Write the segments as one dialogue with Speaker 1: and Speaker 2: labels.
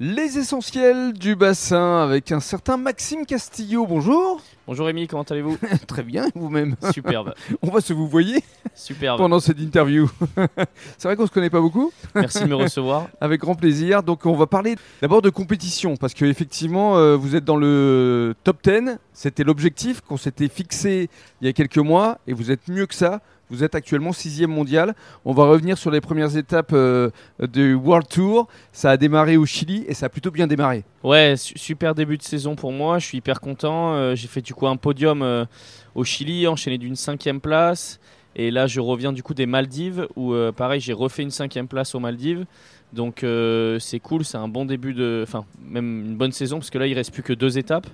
Speaker 1: Les essentiels du bassin avec un certain Maxime Castillo. Bonjour.
Speaker 2: Bonjour Rémi, comment allez-vous
Speaker 1: Très bien, vous-même.
Speaker 2: Superbe,
Speaker 1: On va se vous voyez
Speaker 2: superbe.
Speaker 1: Ah bah. pendant cette interview. C'est vrai qu'on se connaît pas beaucoup.
Speaker 2: Merci de me recevoir.
Speaker 1: Avec grand plaisir. Donc on va parler d'abord de compétition parce que effectivement euh, vous êtes dans le top 10. C'était l'objectif qu'on s'était fixé il y a quelques mois et vous êtes mieux que ça. Vous êtes actuellement sixième mondial. On va revenir sur les premières étapes euh, du World Tour. Ça a démarré au Chili et ça a plutôt bien démarré.
Speaker 2: Ouais, su- super début de saison pour moi, je suis hyper content. Euh, J'ai fait du coup un podium euh, au Chili, enchaîné d'une cinquième place. Et là, je reviens du coup des Maldives où, euh, pareil, j'ai refait une cinquième place aux Maldives. Donc, euh, c'est cool, c'est un bon début de. Enfin, même une bonne saison parce que là, il reste plus que deux étapes.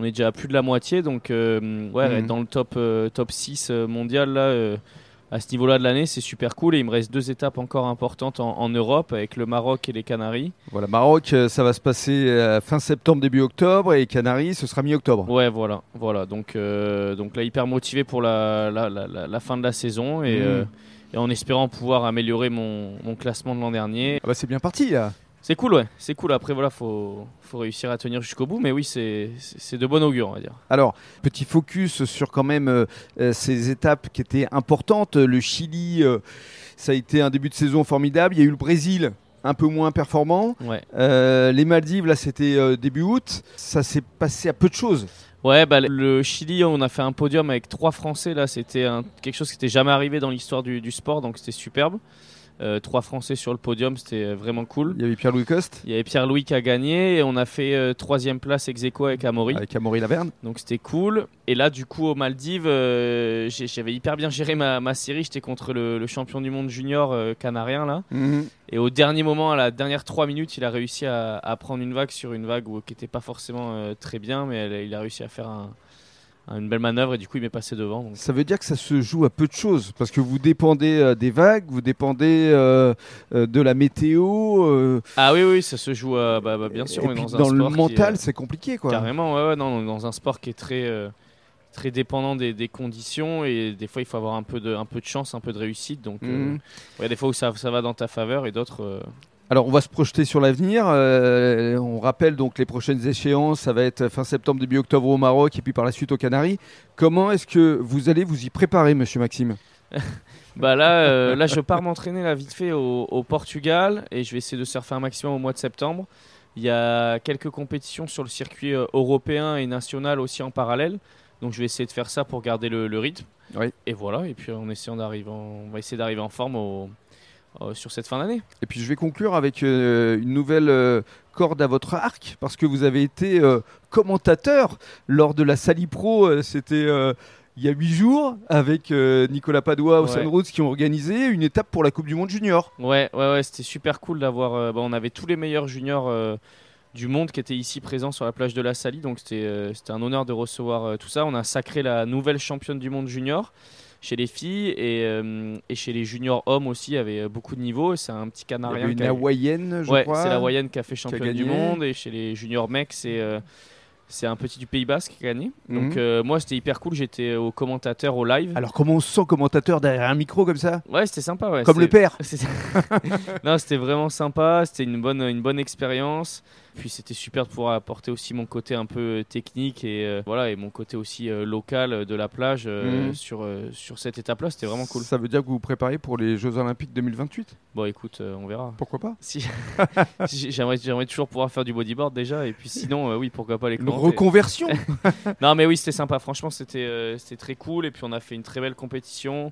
Speaker 2: On est déjà à plus de la moitié. Donc, euh, ouais,
Speaker 1: Mhm.
Speaker 2: être dans le top, euh, top 6 euh, mondial, là, euh, à ce niveau-là de l'année, c'est super cool. Et il me reste deux étapes encore importantes en- en Europe avec le Maroc et les Canaries.
Speaker 1: Voilà, Maroc, euh, ça va se passer euh, fin septembre, début octobre, et Canaries, ce sera mi-octobre.
Speaker 2: Ouais, voilà, voilà. Donc, euh, donc là, hyper motivé pour la, la, la- la- la fin de la saison et,
Speaker 1: Mm.
Speaker 2: euh, et en espérant pouvoir améliorer mon, mon classement de l'an dernier.
Speaker 1: Ah bah c'est bien parti là.
Speaker 2: C'est cool, ouais, c'est cool. Après, voilà, faut, faut réussir à tenir jusqu'au bout, mais oui, c'est c'est c'est de bon augure, on va dire.
Speaker 1: Alors, petit focus sur quand même euh, euh, ces étapes qui étaient importantes. Le Chili, euh, ça a été un début de saison formidable. Il y a eu le Brésil, un peu moins performant.
Speaker 2: Ouais,
Speaker 1: Euh, les Maldives, là, c'était euh, début août. Ça s'est passé à peu de choses.
Speaker 2: ouais bah, le Chili, on a fait un podium avec trois Français, là, c'était un- quelque chose qui n'était jamais arrivé dans l'histoire du, du sport, donc c'était superbe. Euh, trois Français sur le podium, c'était vraiment cool.
Speaker 1: Il y avait Pierre-Louis Coste
Speaker 2: Il y avait Pierre-Louis qui a gagné et on a fait euh, troisième place ex aequo avec Amaury.
Speaker 1: avec Amaury Laverne.
Speaker 2: Donc c'était cool. Et là, du coup, aux Maldives, euh, j'ai- j'avais hyper bien géré ma, ma série. J'étais contre le, le champion du monde junior euh, canarien, là. Et au dernier moment, à la dernière 3 minutes, il a réussi à, à prendre une vague sur une vague où- qui n'était pas forcément euh, très bien, mais elle- il a réussi à faire un- un- une belle manœuvre et du coup, il m'est passé devant. donc.
Speaker 1: Ça veut dire que ça se joue à peu de choses parce que vous dépendez euh, des vagues, vous dépendez euh, euh, de la météo. euh,
Speaker 2: Ah oui, oui, ça se joue, à- bah, bah, bien sûr.
Speaker 1: et
Speaker 2: on est
Speaker 1: puis
Speaker 2: dans, un
Speaker 1: dans le
Speaker 2: sport qui est-
Speaker 1: mental, c'est compliqué quoi.
Speaker 2: Carrément, ouais, ouais, non, on est dans un sport qui est très, euh, très dépendant des, des conditions et des fois il faut avoir un peu de, un peu de chance, un peu de réussite. Donc, euh,
Speaker 1: Mhm.
Speaker 2: il y a des fois où ça, ça va dans ta faveur et d'autres. euh,
Speaker 1: Alors on va se projeter sur l'avenir. Euh, on rappelle donc les prochaines échéances, ça va être fin septembre, début octobre au Maroc et puis par la suite aux Canaries. Comment est-ce que vous allez vous y préparer, Monsieur Maxime
Speaker 2: Bah là, euh, là, je pars m'entraîner là vite fait au, au Portugal et je vais essayer de surfer un maximum au mois de septembre. Il y a quelques compétitions sur le circuit euh, européen et national aussi en parallèle. Donc je vais essayer de faire ça pour garder le, le rythme.
Speaker 1: Oui.
Speaker 2: Et voilà, et puis en essayant d'arriver, en- on va essayer d'arriver en forme au- euh, sur cette fin d'année.
Speaker 1: Et puis je vais conclure avec euh, une nouvelle euh, corde à votre arc parce que vous avez été euh, commentateur lors de la Sali Pro. euh, C'était euh, il y a huit jours avec euh, Nicolas Padois au
Speaker 2: Ouais.
Speaker 1: Sunroots qui ont organisé une étape pour la Coupe du Monde Junior.
Speaker 2: Ouais, ouais, ouais, c'était super cool d'avoir. euh, bah, on avait tous les meilleurs juniors euh, du monde qui étaient ici présents sur la plage de la Salie, donc c'était euh, c'était un honneur de recevoir euh, tout ça. On a sacré la nouvelle championne du monde junior chez les filles et, euh, et chez les juniors hommes aussi, il y avait euh, beaucoup de niveaux. et C'est un petit
Speaker 1: Il y
Speaker 2: canarien
Speaker 1: avait une
Speaker 2: qui a-
Speaker 1: hawaïenne, je
Speaker 2: ouais,
Speaker 1: crois.
Speaker 2: c'est la Wayenne qui a fait championne du
Speaker 1: gagné.
Speaker 2: monde et chez les juniors mecs, c'est euh, c'est un petit du Pays Basque qui a gagné.
Speaker 1: Mhm.
Speaker 2: Donc euh, moi, c'était hyper cool. J'étais euh, au commentateur au live.
Speaker 1: Alors comment on se sent commentateur derrière un micro comme ça
Speaker 2: Ouais, c'était sympa. Ouais.
Speaker 1: Comme le
Speaker 2: C'est-
Speaker 1: père
Speaker 2: C'est- non, c'était vraiment sympa, c'était une bonne, une bonne expérience. Puis c'était super de pouvoir apporter aussi mon côté un peu technique et euh, voilà et mon côté aussi euh, local euh, de la plage euh,
Speaker 1: Mhm.
Speaker 2: sur, euh, sur cette étape-là, c'était vraiment cool.
Speaker 1: Ça veut dire que vous vous préparez pour les Jeux Olympiques 2028
Speaker 2: Bon, écoute, euh, on verra.
Speaker 1: Pourquoi pas
Speaker 2: Si, si- j'aimerais, j'aimerais toujours pouvoir faire du bodyboard déjà et puis sinon, euh, oui, pourquoi pas les
Speaker 1: Une
Speaker 2: commenter.
Speaker 1: reconversion
Speaker 2: Non, mais oui, c'était sympa. Franchement, c'était euh, c'était très cool. Et puis, on a fait une très belle compétition.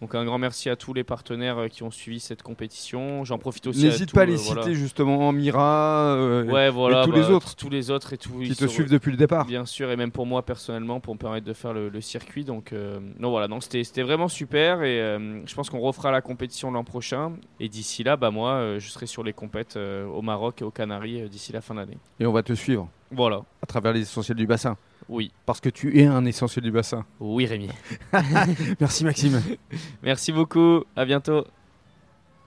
Speaker 2: Donc, un grand merci à tous les partenaires euh, qui ont suivi cette compétition. J'en profite aussi. à
Speaker 1: N'hésite
Speaker 2: tout
Speaker 1: pas à
Speaker 2: le-
Speaker 1: les
Speaker 2: voilà.
Speaker 1: citer justement, Mira, euh,
Speaker 2: Ouais, voilà.
Speaker 1: tous les
Speaker 2: bah,
Speaker 1: autres.
Speaker 2: Tous les autres et tout.
Speaker 1: qui
Speaker 2: ils
Speaker 1: te
Speaker 2: sont-
Speaker 1: suivent depuis le départ.
Speaker 2: Bien sûr, et même pour moi personnellement, pour me permettre de faire le, le circuit. Donc, euh, non, voilà, non, c'était c'était vraiment super. Et euh, je pense qu'on refera la compétition l'an prochain. Et d'ici là, bah, moi, euh, je serai sur les compètes euh, au Maroc et aux Canaries euh, d'ici la fin de l'année.
Speaker 1: Et on va te suivre
Speaker 2: Voilà.
Speaker 1: à travers les essentiels du bassin.
Speaker 2: Oui.
Speaker 1: Parce que tu es un essentiel du bassin.
Speaker 2: Oui, Rémi.
Speaker 1: Merci Maxime.
Speaker 2: Merci beaucoup. À bientôt.